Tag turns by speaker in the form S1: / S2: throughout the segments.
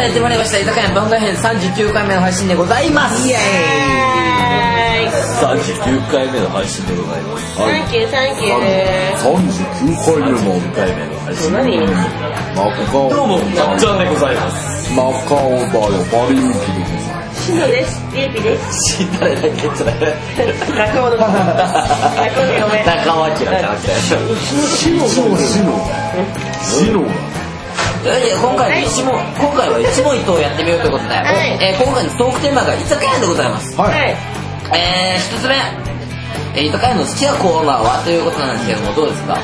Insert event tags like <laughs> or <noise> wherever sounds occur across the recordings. S1: やってまいりました居酒屋番外編39回目の配信でございます
S2: イエーイ
S3: 三十九回目の配信でございます。
S2: サンキューサンキューです
S4: 39回目も
S3: 三回目の配信。
S2: 何
S4: マカオ
S3: どうも、たっちゃんでございます。
S4: マカオだよパリンキで
S2: シノですリエピです
S3: 死んだらだけつらい。
S2: 中尾の中尾でごめん
S3: 中尾明じゃなくて。
S4: シノシノシノ
S1: というわけで今回は一問、今回は一問一答やってみようということで、
S2: はい
S1: えー今回のトークテーマが居酒屋でございます
S4: が
S2: は
S4: はいい
S1: えー、一つ目、えー、居酒屋の好きなコーナーはということなんですけどもどうですか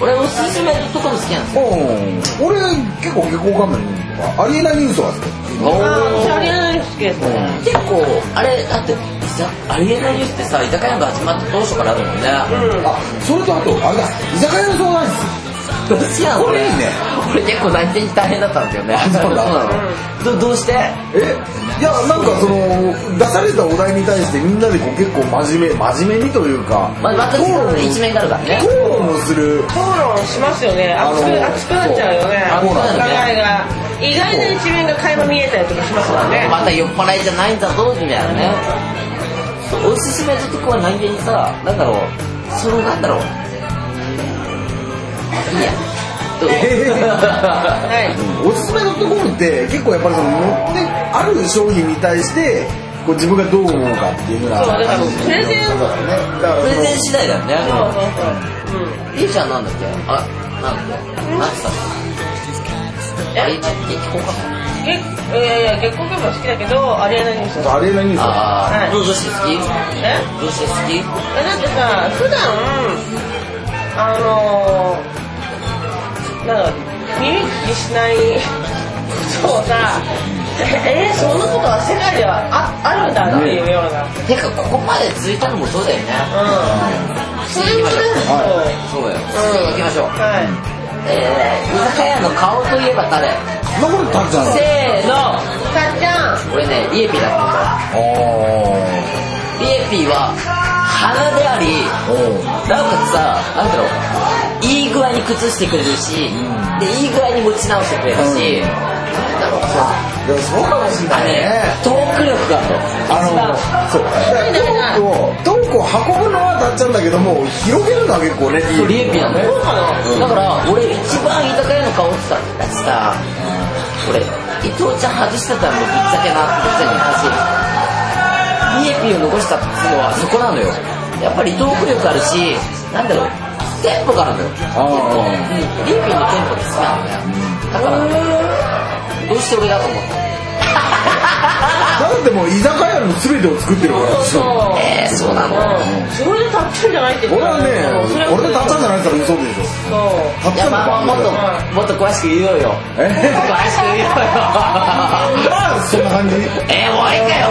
S1: 俺おすすめのところ好きなんですよ
S4: うん俺結構結構画面とかありえないニュースは好
S2: あー私あれない好きですね
S1: 結構あれだってさありえないニュースってさ居酒屋が始まった当初からあるもんね
S4: きあそれとあとあれだ居酒屋の相談室
S1: どうしやん
S4: これいいね
S1: 俺結構内定大変だったんですよね
S4: そうだ
S1: のどどうして
S4: えいやなんかその出されたお題に対してみんなでこう結構真面目真面目にというか
S1: まあ全く違う一面があるからね
S4: 討論をする
S2: 討論しますよね
S4: あの
S2: 熱く熱くなっちゃうよね
S4: そう
S2: お
S4: そうなんだ
S2: 互いが意外な一面が垣間見えたりとかしますからね
S1: また酔っ払いじゃないんだぞみたいなねおすすめのとこは何気にさなんだろうそのなんだろういいやどう
S4: えー <laughs>
S1: <laughs>
S2: はい
S4: おすすめのところって結構やっぱりその持ってある商品に対してこう自分がどう思うかっていうのが
S2: そうだからプレゼン
S4: そうだねだから
S1: プ
S4: その
S1: レゼン次第だよ
S2: そうそう
S1: ね
S2: そううん
S1: りーちゃんなんだっけあなんだっけなんつったっけあれ聞こうか
S2: げいやいや月光も好きだけどあれ何にし
S4: あれがいいんですよ
S1: ああどうどうして好き
S2: えだ
S1: どうして好き
S2: ってさ普段あのー、なんだろう耳聞きしないことをさええそんなことは世界ではああるんだっていうような、
S1: てかここまで続いたのもそうだよね
S2: うんそれもね
S4: は
S1: そうだよ
S2: うん
S1: 行きましょう
S2: はい
S1: えー居酒屋の顔といえば誰
S4: だからたっちゃんあ
S1: せーの
S2: さっちゃん
S1: 俺ねリエピだったん
S4: あ
S1: ですよリエピは鼻であり
S4: おう
S1: なおかつさなんだろういい具合に崩してくれるし、
S4: ん
S1: でいい具合に持ち直してくれるし、
S4: うん
S1: なんだろう
S4: でもそうかもしん
S1: あ
S4: な
S1: れ
S4: い
S1: ね
S4: ね
S1: トーク力が
S4: あの
S1: ある
S4: そうだからトークをトークを運ぶのはたっちゃんだけども広げるのは結構ね
S1: 一番リエピなんだよ
S2: そうかな
S1: だから俺一番居酒屋の顔ってさだってさ俺伊藤ちゃん外してたらもうぶっちゃけなぶっちゃけな話ミエピを残したっていうのはそこなのよやっぱりトーク力あるしなんだろうテンポがあるのよ
S4: ああ
S1: うんリエピのテンポって好きなんだよだからどうして俺だと思った
S4: だってもう居酒屋の全てを作ってるから
S2: そうそう
S1: えー、そうなの
S2: うんそれでたっちゃんじゃないって言っ
S4: 俺
S2: た
S4: はね俺でたっちゃんじゃないから嘘でしょ
S2: そう
S4: たっ
S1: い
S4: ちゃ
S1: や
S4: んの
S1: まあまあもっともっと詳しく言おうよ
S4: え
S1: 詳しく言おうよ
S4: まあそんな感じ
S1: <laughs> えー、終わりかよ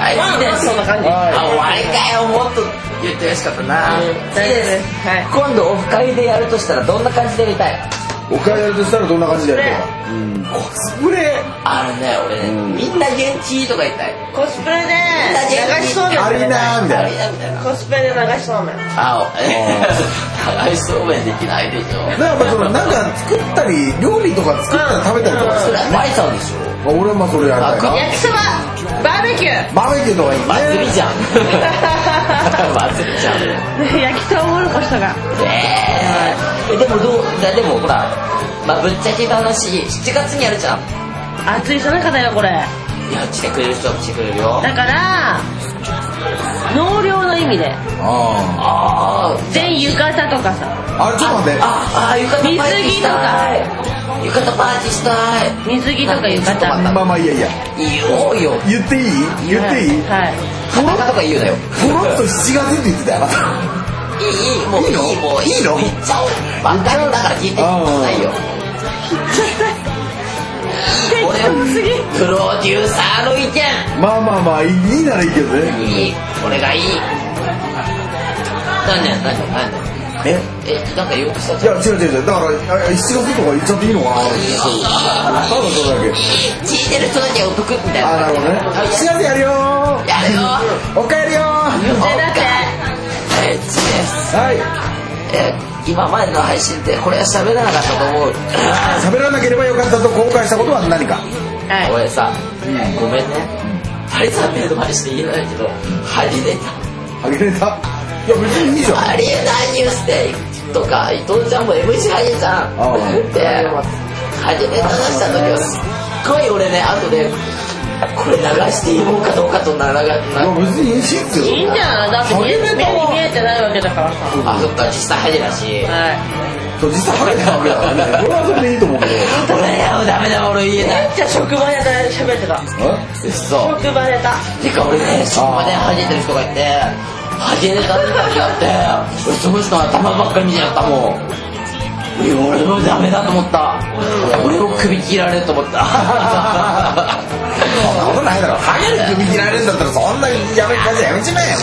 S1: はい、
S2: まあまあそんな感じ
S1: あ、終わりかよもっと言ってほしかったな、次です、
S2: はい
S1: 今度オフ会でやるとしたらどんな感じでやりたい
S4: お買い上げとしたらどんな感じでやるかコスプレ
S1: あのね俺ね、
S4: うん
S1: みんな元気とか言いたい
S2: コスプレで流しそうめん
S4: ありなーみた
S1: あ
S4: い
S1: れ
S4: な
S1: だみたいな
S2: コスプレで流しそうめん
S1: あ <laughs> お流しそうめんできないでしょ
S4: だからまあそのなんか作ったり料理とか作ったり食べたりとかし
S1: そ
S4: て
S1: れはマリさんでしょ
S4: まあ俺はまあそれやりたい
S2: 焼きそばバーベキュー
S4: なバーベキューとかいい
S1: 祭り
S4: ね
S1: じゃん <laughs> 祭りじゃ <laughs> ん
S2: 焼きそばもろこしとか
S1: えー、でもどうだでもほら、まあ、ぶっちゃけた話7月にやるじゃん
S2: 暑いさなかだよこれ
S1: いや来てくれる人は来てくれるよ
S2: だから納涼の意味で
S4: あ
S1: あー
S2: 全浴衣とかさ
S4: ああれちょっと待って
S1: ああ浴衣パーティーしたい浴衣パーティーしたい
S2: 水着とか浴
S1: ちょっと待
S2: 衣
S1: っ
S4: まあまあいいやいいや
S1: 言おうよ
S4: 言っていい言っていい
S2: はい
S1: 裸とか言うなよ
S4: ポロッと7月って言ってたよ
S1: いいいいもうい
S4: いいの
S1: いもうい
S4: いいの
S1: 言っちゃおうバカだから聞いてくださいよいい俺プロデューサーの意見
S4: まあまあまあいいいいならいいけどね
S1: いいこれがいい何だよ何だよ何だよ
S4: え
S1: えなんか言おうとした
S4: い
S1: じゃん
S4: や違う違う違うだからあ7月とか言っちゃっていいのかなただそれだけ
S1: 聞いてる人だけお得みたいな
S4: あなるほどね7月や
S1: やる
S4: るよ
S1: よ
S4: ーおかえりよー
S2: だって
S1: えっちです
S4: はい
S1: えー今までの配信ってこれは喋らなかったと思う
S4: 喋らなければよかったと後悔したことは何か
S1: 俺さ、ごめんねハリさんメイドまでして言えないけどハリ出た
S4: あげれたいや別にいいじゃん
S1: ありえないニュースでとか伊藤ちゃんも MC 入れちゃん
S4: ああ
S1: って初めて話した時はすっごい俺ね後でこれ流していいもんかどうかとならが
S4: いや
S1: な
S4: 別にいいっすよ
S2: いいんじゃないだってニュースで見えてないわけだからさ
S1: あそっか実際入れだし
S2: はい
S4: そう実際ハゲてたわけだからねこれはそれでいいと思う
S1: <laughs>
S4: けど
S1: ダメだよダメだ俺言えない
S2: めっちゃ職場ネタで喋ってた
S1: そう
S2: 職場ネタ
S1: てか俺ね職場でハゲてる人がいてハゲネタ出た時があって俺その人の頭ばっかり見ちゃったもんいや俺もダメだと思った俺を首切られると思った
S4: <laughs> そんなことないだろハゲる首切られるんだったらそんなやめ会社やめちまえよ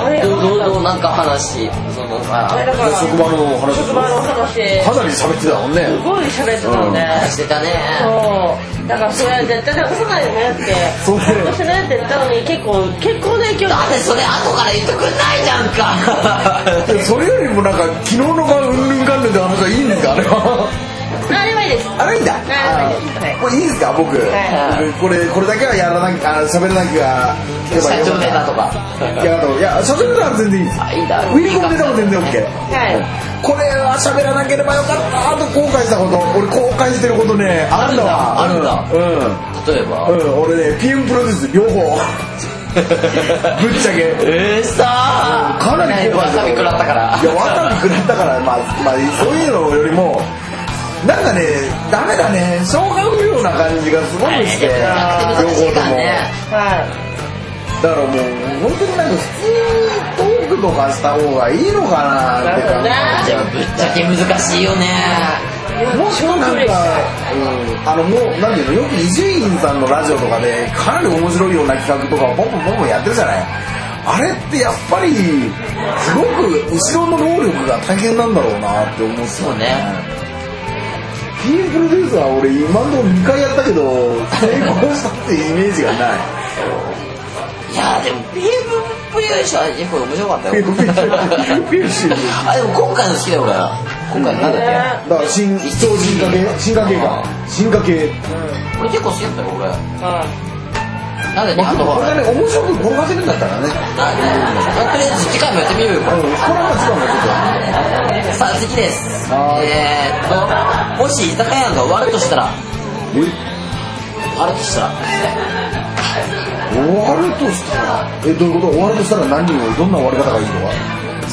S2: あれ
S1: どうどうどうなんか話その
S2: あれだ
S1: さ
S2: から
S4: 職場の話
S2: 職場の話す
S4: かなり喋ってたもんね
S2: ごい喋ってたのね
S1: 話してたね
S2: そうだからそれは絶対流さないよねって
S4: そうだよ
S2: 流さないって言ったのに結構結構な影響
S1: だってそれ後から言ってくんないじゃんか
S4: <laughs> いやそれよりもなんか昨日の晩うんぬんかんぬんって話はいいんですかあれ
S2: あ
S4: は
S2: れはいいです
S4: <laughs> あれいいんだ
S2: あれはいいですはい
S4: これいいですか僕、
S2: はい
S4: 僕これこれだけはやらなきゃあ喋らなきゃいけば
S1: 社
S4: よ
S1: 長
S4: かった
S1: ネタとか
S4: いやあのいや社長ネタは全然いいです
S1: あいいんだ
S4: ウィリコンネタも全然 OK
S2: は
S4: これは喋らなければよかったと後悔したこと俺後悔してることねあるんだわ
S1: あるんだあ例えば、
S4: <laughs> うん、うん、俺ね PM プロデュース両方ぶっちゃけ
S1: えー、さ
S4: かなり
S1: ねわさび食らったから
S4: いやわさび食らったからまあ、まあ、そういうのよりもなんかねダメだね消化不良な感じがすごいして両
S1: 難
S4: 方
S1: しいから
S4: とも
S1: ね
S2: いは
S4: だからもう本当になんか普通にトークとかした方がいいのかなって感じ
S1: でもぶっちゃけ難しいよね
S4: もしもなんか、うん、あのもうなんていうのよく伊集院さんのラジオとかでかなり面白いような企画とかをポンポンポンポンやってるじゃないあれってやっぱりすごく後ろの労力が大変なんだろうなって思うそ
S1: そうね
S4: ピープロデューサー俺今のとこ2回やったけど成功したっていうイメージがない
S1: いやでも PVP 社は結構面白かったよ
S4: PVP
S1: あでも今回の好きだよ俺今回のなんだっけ、
S2: ね
S4: だから新超進化系進化系か進化系
S1: これ結構好きだったよ俺
S2: は
S1: なんでね、あと
S4: こ
S1: は
S4: れがね面白く転がせるんだったらね
S1: なんでとりあえず次回もやってみようよ
S4: うんこれは違うんだけど
S1: さあ次です
S4: はーい
S1: えー、っともし居酒屋が終わるとしたら
S4: え
S1: 終わるとしたら
S4: 終わるとしたらえどういうこと終わるとしたら何をどんな終わり方がいいのか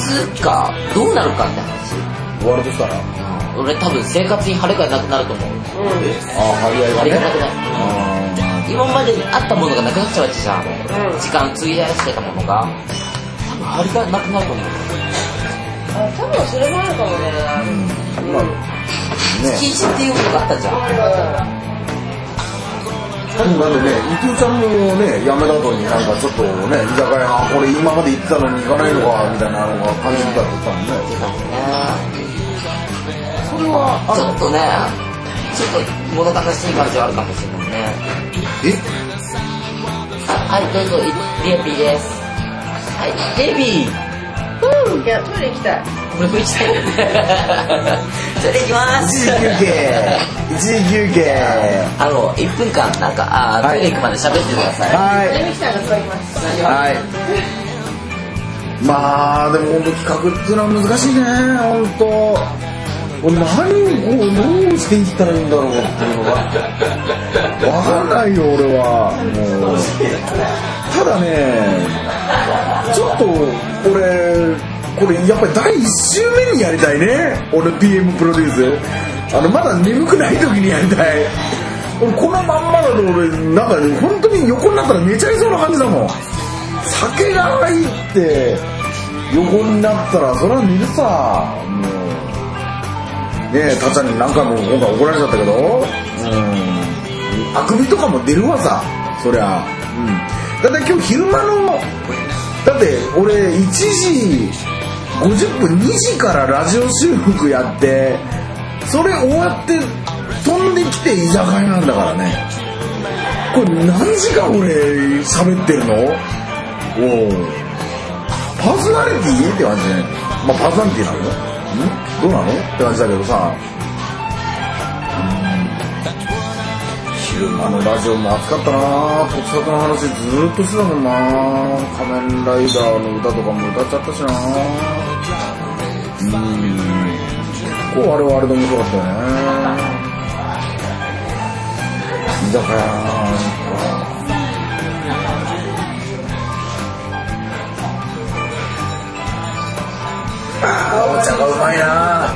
S1: つうかどうなるかって話
S4: 終わるとしたらあ
S1: 俺多分生活に張りがなくなると思う
S2: いうん
S1: 張
S4: 張り合いが
S1: りが
S4: ね
S1: なくなる
S4: あ
S1: 今まであったものがなくなっちゃうわけじゃん、
S2: うん
S1: 時間費やしてたものが多分張りがなくなると思う
S2: あ多分それもあるかもね
S4: ーまあね
S1: 禁止っていうことがあったじゃん
S4: だってね伊藤ちゃんもね辞めた後になんかちょっとね居酒屋あこれ今まで行ってたのに行かないのかみたいなのが感じたって言ってたもんね
S1: それはちょっとねちょっと物悲しい感じはあるかもしれないね
S4: え
S1: はい、どうぞ、リエピーです。はい、デビー。
S2: うんいやトイレ行きたい
S1: 俺も行きたいよね。それで行きます。
S4: 一時休憩一時休憩
S1: あの、1分間、なんか、あー、
S4: は
S1: ト
S4: い
S1: イレ行くまで喋ってください。
S4: はい
S2: 来たら座ります
S4: はいまあでも本当企画っていうのは難しいね本当俺何をこうどうしていったらいいんだろうっていうのがわかんないよ俺はもうただねちょっと俺これやっぱり第1週目にやりたいね俺 PM プロデュースあのまだ眠くない時にやりたい俺このまんまだと俺なんかね本当に横になったら寝ちゃいそうな感じだもん酒が入って横になったらそれは寝るさもうねえたっちゃんに何回も今回怒られちゃったけどうんあくびとかも出るわさそりゃうんだって今日昼間のだって俺1時50分2時からラジオ収録やってそれ終わって飛んできて居酒屋なんだからねこれ何時間俺喋ってんのおうパーソナリティって感じじゃないまあパーソナリティなのんどうなのって感じだけどさ昼間のラジオも熱かったな特撮の話ずーっとしてたもんな仮面ライダーの歌とかも歌っちゃったしなうん結構あれはあれで面白かったよね居酒屋なんかお茶がうまいな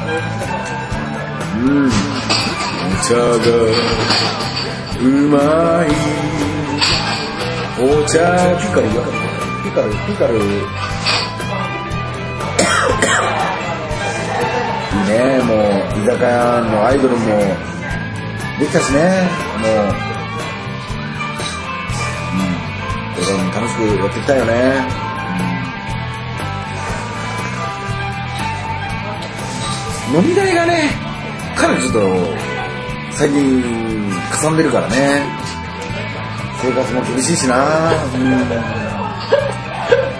S4: うんお茶がうまいお茶ピカルよピカルピカルいいねもう居酒屋のアイドルもできたしねもううん俺らも楽しくやっていきたいよね飲み代がね、かなりちょっと、最近、かさんでるからね。生活も厳しいしなうん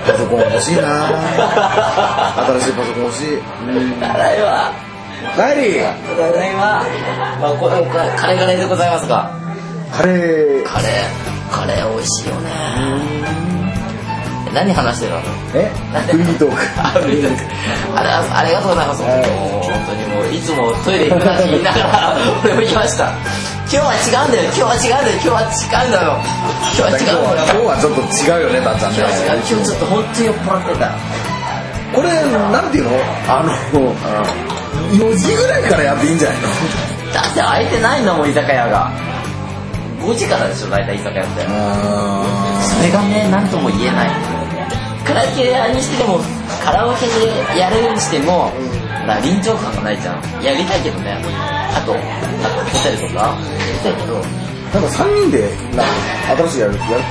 S4: パソコン欲しいな新しいパソコン欲しい。うん
S1: ただいま
S4: 帰り
S1: ただいままあこれおかカレーカレーでございますが
S4: カレー、
S1: カレーカレー美味しいよね何話してたの
S4: えフリートーク。
S1: あフリートークあれあありがとうございます、
S4: はい
S1: もう本当にもういつもトイレ行くなって言いながら俺も行きました今日は違うんだよ今日は違うんだよ今日は違うんだよ今日は
S4: 今
S1: 違うん
S4: 日
S1: だよ
S4: はちょっと違うよね、たっちゃ
S1: 今
S4: んね
S1: 日は違う今日ちょっと本当に酔っ払ってた
S4: これ、なんていうのあの、4時ぐらいからやっていいんじゃないの
S1: だって空いてないんだもん居酒屋が5時からでしょ大体居酒屋ってそれがね何とも言えないカラオケにしてもカラオケでやるにしてもな臨場感がないじゃんやりたいけどねあとなんかホテルとかやりたいけど
S4: なんか3人で、なんか新しいやる、やる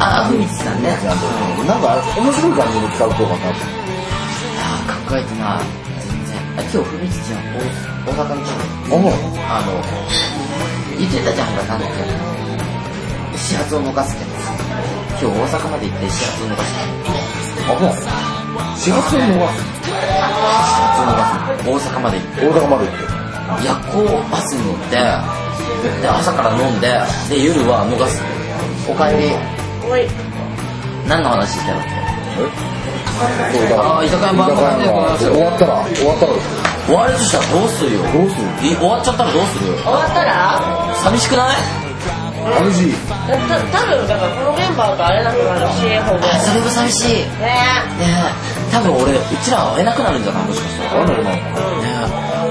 S1: ああふみちさんね
S4: なんかなんか面白い感じの企画とかな
S1: あ考えてない全然あ今日ふみちちゃん大大阪に来たの
S4: 思う
S1: あの、言ってたじゃん、ほら、なんだっけ。始発を逃すけどさ。今日大阪まで行って始発を逃した。
S4: あもう始発のは
S1: 始発を逃すの。大阪まで行って。
S4: 大阪まで行って
S1: 夜行バスに乗って、で、朝から飲んで、で、夜は逃す。おかえり。
S2: おい
S1: 何の話してたの
S4: そうだ
S1: あー居酒屋番組でございますよ
S4: 終わったら終わったら
S1: 終わりとしたらどうするよ。
S4: どうする
S1: え終わっちゃったらどうする
S2: 終わったら
S1: 寂しくない
S4: 寂しい
S2: た多分だからこのメンバーとあれなくなるしほぼ
S1: あ、それも寂しい。ね
S2: ね
S1: え、多分俺、うちら会えなくなるんじゃないもしかしたら。
S4: あんなのなん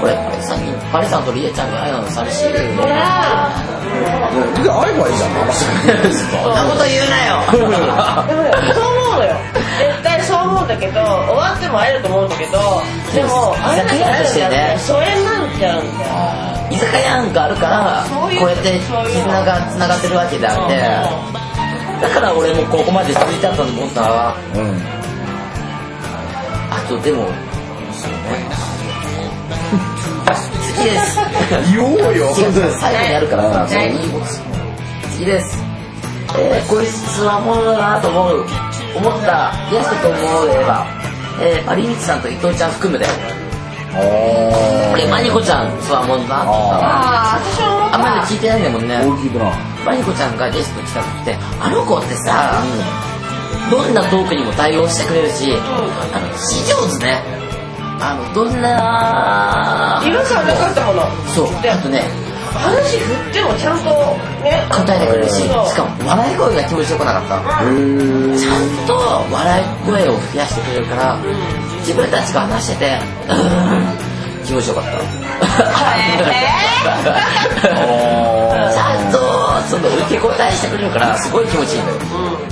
S1: ねえ
S4: か
S1: 俺さっきパリさんとリエちゃんに会えたの寂しいよ
S2: えね
S1: ね
S4: ねじゃあ会えばいいじゃん話
S1: そんな
S2: <laughs>
S1: こと言うな
S2: で
S1: よ
S2: もねそう思うのよ絶対そう思うんだけど終わっても会えると思うんだけどでも会えなくなるんだよね疎遠になっちゃうんだよ
S1: 居酒屋なんかあるから
S2: そういう
S1: こうやって絆がつながってるわけであってだから俺もここまで続いたんだと思ったわ
S4: うん
S1: あとでもそうね好きです
S4: 言おうよ
S1: 好きです最後にあるからさ
S2: ない
S1: 好きですえー、こいつはもうだなと思う思ったやつと思えばえー、パリミキさんと伊藤ちゃん含むだよ
S4: あ
S1: 俺マニコちゃんつわもんだなと思っ
S2: ああ私は思った
S1: たあんまり聞いてないんだもんね
S4: 大きいな
S1: マリコちゃんがゲスト来た時ってあの子ってさ、どんなトークにも対応してくれるし、あの非上手ねあのどんな
S2: 違和感なかったもの
S1: そうあとね
S2: 話振ってもちゃんとね
S1: 答えてくれるしし
S2: そう
S1: かも笑い声が気持ちよくなかった
S4: へー
S1: ちゃんと笑い声を増やしてくれるから自分たちが話しててうーん気持ちよかった <laughs> ちゃんとその受け答えしてくれるからすごい気持ちいいんだよ、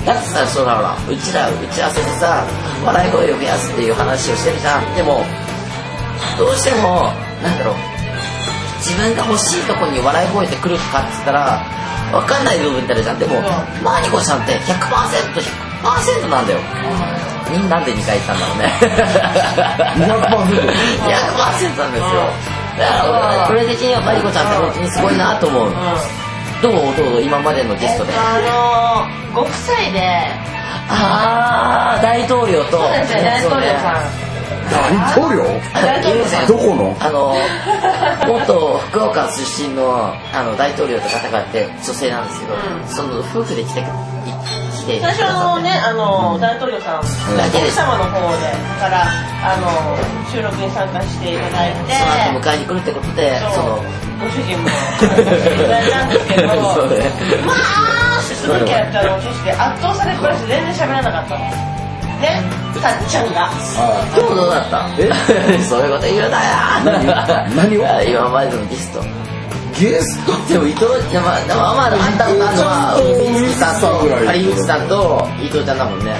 S1: だってさそうだほらうちら打ち合わせでさ笑い声を増やすっていう話をしてるじゃんでもどうしてもなんだろう自分が欲しいとこに笑い声ってくるかっつったら分かんない部分ってあるじゃんでもマーニコちゃんって 100%100% なんだよみんななんで2回言ったんだろうね100%なんですよだから俺は個人的にはマリコちゃんって本当にすごいなと思うどうどう今までのゲストで
S2: あのご夫妻で
S1: ああ大統領
S2: そ
S1: と
S2: うですよね大統領さん
S4: 大統領どこの
S1: あの元福岡出身のあの大統領と戦って女性なんですけど、
S2: うん
S1: その夫婦で来て来て
S2: 最
S1: くだ
S2: 初
S1: さ
S2: の
S1: っ
S2: ね、あの、大統領さん、奥
S1: てだけです
S2: 様の方で、から、あの、収録に参加していただいて、
S1: その後迎えに来るってことでそ
S2: そう
S1: の
S2: ご主人も、いただいたんですけど、ま
S1: そうね
S2: あ、すぐやったのをして、圧倒されっぱなしで全然喋らなかったの。ね、たっちゃんが。
S4: あ
S1: 今日どうだったえそういうこと言うなよ
S4: 何何を
S1: いや今までのゲスト
S4: ゲスト
S1: でも伊藤いやまあまあまあ会ったことあるのは
S4: 伊藤
S1: 水木さんと
S4: ぐらい
S1: 有吉さんと伊藤ちゃんだもんね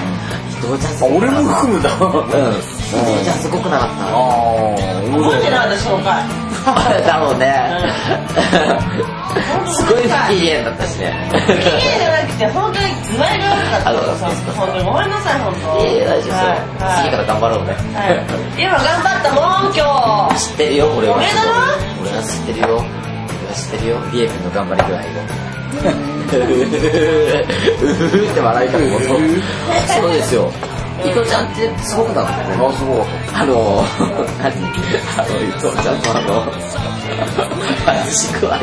S1: 伊藤ちゃんす
S4: あ
S1: ごく
S4: 俺
S1: な
S4: も
S1: かった
S4: 含むだうん
S1: 伊藤ちゃんすごくなかった
S4: ああ面
S2: 覚え
S4: 白
S2: て
S4: い
S2: ない私の回。
S1: <laughs> だろうね
S2: う。ん
S1: すごい不機嫌だったしね。
S2: 綺麗じゃなくて、本当に具合が悪かったのさ、本当にごめんなさい、本当。
S1: いやいや大丈夫そう
S2: はいはい
S1: 次から頑張ろうね。
S2: はい今頑張ったもん、今日。
S1: 知ってるよ、俺は。
S2: 俺だろ
S1: 俺は知ってるよ。俺は知ってるよ。リエ君の頑張り具合を。うふふって笑いながらもそうですよ。伊藤ちゃんってすごくなのね。
S4: あすごい
S1: あの、何 <laughs> あの、伊藤ちゃんのあの、外し具合。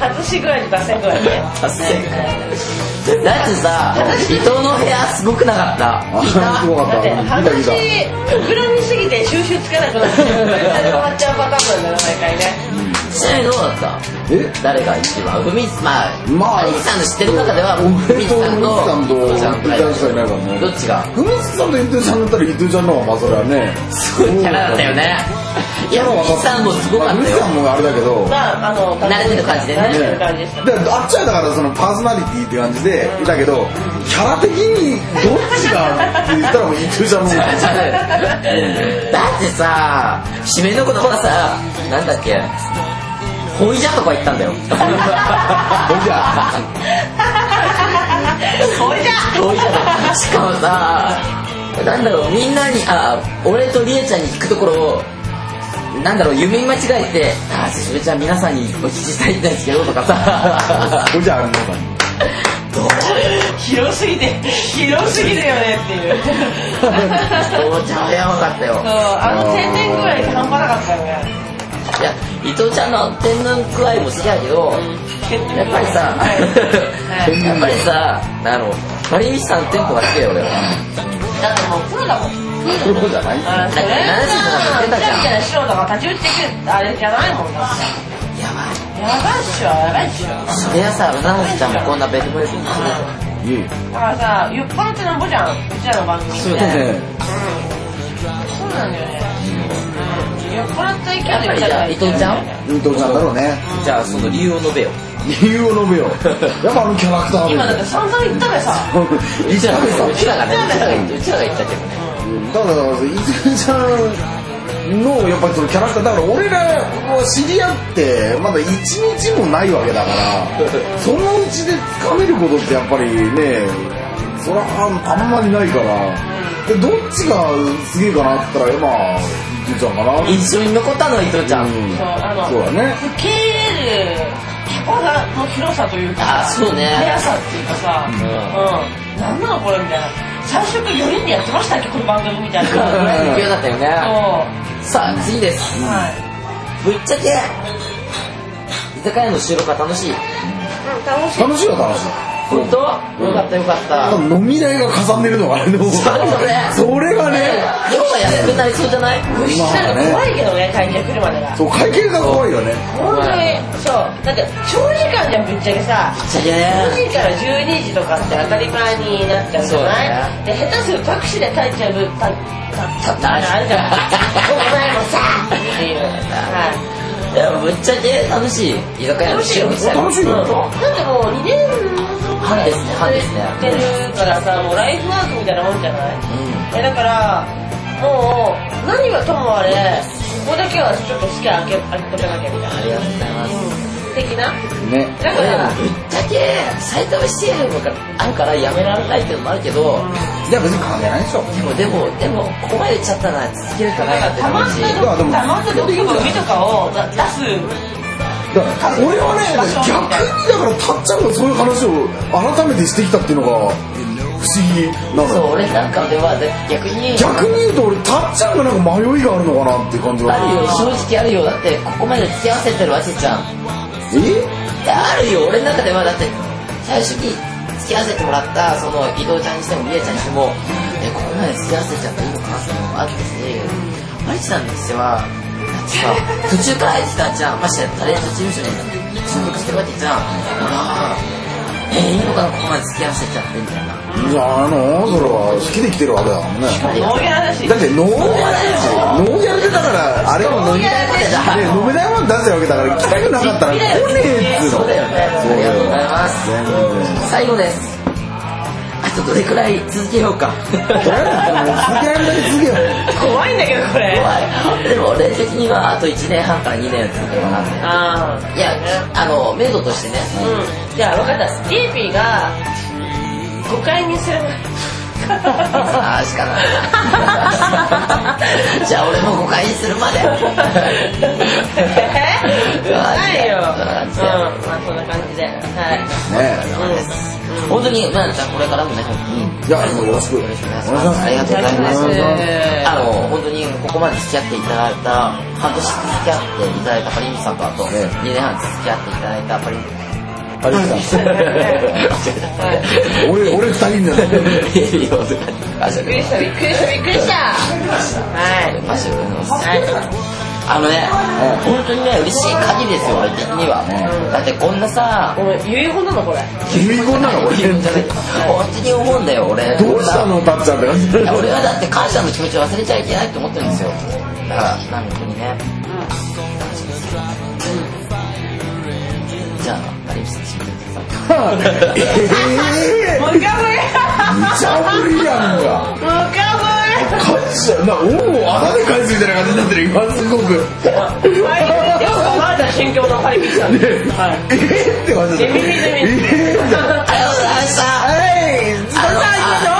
S2: 外し具合と脱線具合
S1: <laughs>
S2: ね。
S1: 達成感だってさ伊藤の部屋すごくなかった
S4: あすごか
S2: だ
S4: っ
S2: って、
S4: た見た見
S2: 話
S4: た、
S2: 膨らみすぎて収集つかなくなっちゃう。絶対で終わっちゃうパターンなんだよ、毎回ね。
S1: ちなみにどうだった
S4: え
S1: 誰が一番海まあ
S4: まあ
S1: 海さんの知ってる中では
S4: 俺
S1: 海
S4: と
S1: さんと
S4: 海
S1: 伊藤
S4: さ
S1: ちゃ
S4: ん
S1: ん
S4: と伊
S1: ぐらい
S4: 藤さんいないからね
S1: どっちが
S4: ふみつさんと伊藤さんだったら伊藤ちゃんの方がまあそれはね
S1: すごいキャラだったよねいや海さんもすごか
S4: まあ
S1: った
S4: 海
S1: よ
S4: さんもあれだけど
S2: まあ、あの、
S1: 慣れてる感じでね
S2: 慣れてる感じでした。
S4: であっちはだからそのパーソナリティって感じでだけどキャラ的にどっちがって言ったらもう伊藤ちゃんの方が
S1: だってさ締めの言葉さなんだっけほいじゃとか言ったんだよ
S4: ほいじゃ
S2: これじゃ
S1: 遠いじゃんしかもさなんだろうみんなにあ俺とりえちゃんに聞くところをなんだろう夢に間違えて「あすずめちゃん皆さんにお聞きしたいんですけど」とか
S4: <laughs>
S1: さ
S4: ほいじゃあ皆さん
S2: 広すぎて、広すぎるよねっていう。そう、
S1: 伊藤ちゃんはやばかったよ
S2: あの天然具合が半端なかったよね。
S1: いや伊藤ちゃんの天然具合も好きだけどやっぱりさ
S2: はいはい
S1: やっぱりさあのマリミさんのテンポが好きだよ俺は
S2: だってもうプロだもん。
S4: これほいじゃない
S2: あそれさ、キラキラ素人が立ち打ちできるあれじゃないもんだって。
S1: やばい
S2: やばいっしょ、やばいっしょ。
S1: それはさ七瀬ちゃんもこんなベルベルにするよ
S4: いえいえ
S2: だからさ、酔っ払ってなんぼじゃん、うちらの番組って。
S1: そう
S2: うん
S1: だね
S2: そうなんだよね。うん酔っ払った勢いで
S1: やっぱりじゃあ伊藤ちゃん
S4: 伊藤ちゃんだろうね
S1: じゃあその理由を述べよ
S4: 理由を述べようやっぱあのキャラクター
S2: 今だっ
S4: だ
S2: て散々言ったべさ。
S4: よ伊
S1: うちらがね
S4: さん
S1: うちらがねうちらが言ったけどね
S4: ただから伊豆ちゃんのやっぱりそのキャラクターだから俺らは知り合ってまだ1日もないわけだ <laughs> からそのうちでつかめることってやっぱりねそれはあんまりないからでどっちがすげえかなって言ったらまあ伊豆ちゃんかな
S1: 印象に残ったのは伊藤ちゃん、
S4: うん
S2: そう、あ
S4: そう
S2: の、
S4: だね
S2: 受け入れる幅の広さというか、
S1: あそうね
S2: 速さっていうかさ、うん。なんなのこれみたいな。最初から4人でやってましたっけ、この番組みたいな。そう。
S1: ぐらいの勢いだったよね
S2: は
S1: さあ次です
S2: い。
S1: ぶっちゃけ居酒屋の収録は楽しい
S2: うん、楽しい。
S4: 楽しいは楽しい
S1: 本当よかったよかった
S4: ただ飲み代がかさんでるのがあれでも
S1: ちょっとね
S4: それがね
S1: 今日は安くなりそうじゃない
S2: 物質なんか怖いけどね、会社来るまでが。
S4: そう会計が怖いよね
S2: 本当に、そう。だって、長時間じゃん、ぶっちゃけさ。
S1: ぶっちゃけ
S2: 9
S1: ね
S2: 時から12時とかって当たり前になっちゃうじゃない、で下手するとタクシーで帰っちゃう分たたたたたあるじゃないお前もさっていうはい
S1: いやぶっちゃけ楽しい居酒屋の収録した
S4: 楽しい
S2: だ
S4: よ
S2: ってもう2年
S1: 半ですね半ですね
S2: やってるからさもうライフワークみたいなもんじゃない
S1: うん
S2: えだからもう何はともあれここだけはちょっと好き開け開けとかなきゃみた
S1: あ
S2: い
S1: り
S2: な
S1: がとうございます
S2: うん的な
S4: ね
S2: だか
S1: 俺
S2: ら
S1: ぶっちゃけ埼玉市営のがあるからやめられないっていうのもあるけど
S4: じゃあ別に関係ないでしょ
S1: でもでもでもここまで行っちゃったら続けるか
S2: だから
S1: なって
S2: たまっ
S1: 感じ
S2: た
S4: いやで
S2: ど
S4: も
S2: たまったどっかの海とかを出す
S4: だから俺はね逆にだからたっちゃんがそういう話を改めてしてきたっていうのが不思議なの
S1: そう
S4: よ
S1: 俺なんかでは逆に
S4: 逆に言うと俺たっちゃんがなんか迷いがあるのかなっていう感じ
S1: ある
S4: が
S1: よ正直あるよだってここまで付き合わせてるわけじゃん
S4: え
S1: いやあるよ俺の中ではだって最初に付き合わせてもらったその伊藤ちゃんにしてもみえちゃんにしてもえここまで付き合わせちゃっていいのかなっていうのもあったしマリちゃんにしてはだってさ途中から入ってたじゃんましてやタレント事務所に所属してるわけじゃんああえいいのかなここまで付き合わせちゃってみたいない
S4: やあのそれは好きで来てるわけだもんね
S1: ありが
S2: ノ
S1: とう
S2: ーギャラだし
S4: だってノーギャルノーギャルでだからあれは飲みたいも
S1: ノ
S4: ん
S1: ーギャルで
S4: ね飲めないもん出してるわけだから来たくなかったら来ねえっつうの
S1: そうだよねありがとうございます
S4: 全然 <laughs>
S1: 最後ですあとどれくらい続けようか
S4: とりあえずもう避けられない続けよ
S2: 怖いんだけどこれ
S1: でも俺的にはあと1年半から2年続けようかなって
S2: ああ
S1: いや、あの、メイドとしてね。
S2: <laughs> うんじゃあ分かったスティーピーが誤解にす <laughs> る
S1: ああ、しかない。じゃあ俺も誤解にするまで。
S2: えないよ。うん、まあそんな感じで。はい。
S4: うねえ
S1: 本当に、まなちゃんこれからもね、本当に。
S4: じゃあよろしくお
S1: よ
S4: 願
S1: ろ
S4: い
S1: し
S4: し
S1: くお願いし
S4: ま
S1: ます。
S4: す
S1: ありがとうございます
S4: お願いしま。
S1: あの、本当にここまで付き合っていただいた、半年付き合っていただいたパリミさんと、あと、
S4: ええ
S1: 2年半付き合っていただいたパリミさん。
S4: ありがとうございます俺俺二人になる
S1: いいよとかあそう
S2: びっくりした、びっくりした、びっくりした。はい。
S1: マジでございます
S2: はい。
S1: あのね、本当にね、嬉しい限りですよ、俺的には。だってこんなさ、
S2: ごめん、遺言なのこれ。
S4: 遺言なの俺
S1: 言うんじゃない本当に思うんだよ、俺。
S4: どうしたのたっちゃんって感じ
S1: いや俺はだって感謝の気持ちを忘れちゃいけないって思ってるんですよ。だから、なんか本当にね。じゃあ、パリミさん、締めてください。
S4: ええ
S2: もう一回ぶり
S4: 無茶ぶりやんか
S2: もう一回ぶ
S4: 感謝なおお穴で返すみたいな感じになってる今すごく
S2: りはい。よく思われた心境のパリピさん。はい。
S4: ええって感じだ
S2: えみみみみ
S4: ええって
S1: ありがとうございました
S4: はいそれじゃあ行くぞ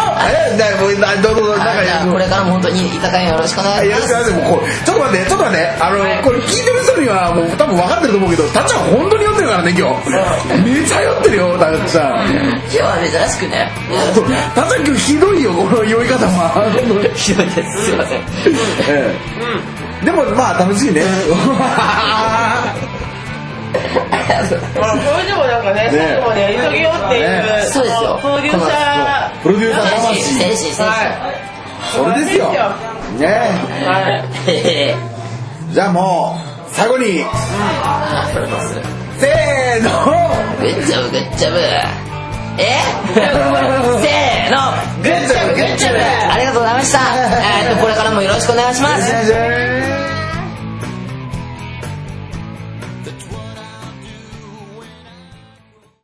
S4: えだもうなどうぞどうぞ
S1: あ
S4: 中
S1: じゃあ
S4: に
S1: これからも本当に居酒屋よろしくお願いし
S4: よ
S1: ま
S4: ろしく
S1: す。
S4: お願いしますもうこれちょっと待ってちょっと待ってあの、これ聞いてる人にはもう多分分かってると思うけどたっちゃん本当に酔ってるからね今日めちゃ酔ってるよたっちゃん
S1: 今日は珍しくね。
S4: そうたっちゃん今日ひどいよこの酔い方は本当に
S1: ひどいです。すいません。
S4: ええでもまあ楽しいね
S2: まあ、これでもなんかね、最後までやり遂げようっていう、
S1: そうですよ
S2: プロデューサー、
S4: プロデューサー
S1: 精神、
S4: 魂
S1: 精神、精神。
S2: はい。
S4: それですよね
S2: はい。
S1: えー
S4: えじゃあもう最後に
S1: あこれどうする
S4: せーの
S1: グッジョブグッジョブえせーの
S4: グッジョブグッジョブ
S1: ありがとうございましたえーっとこれからもよろしくお願いします
S4: じゃじゃーん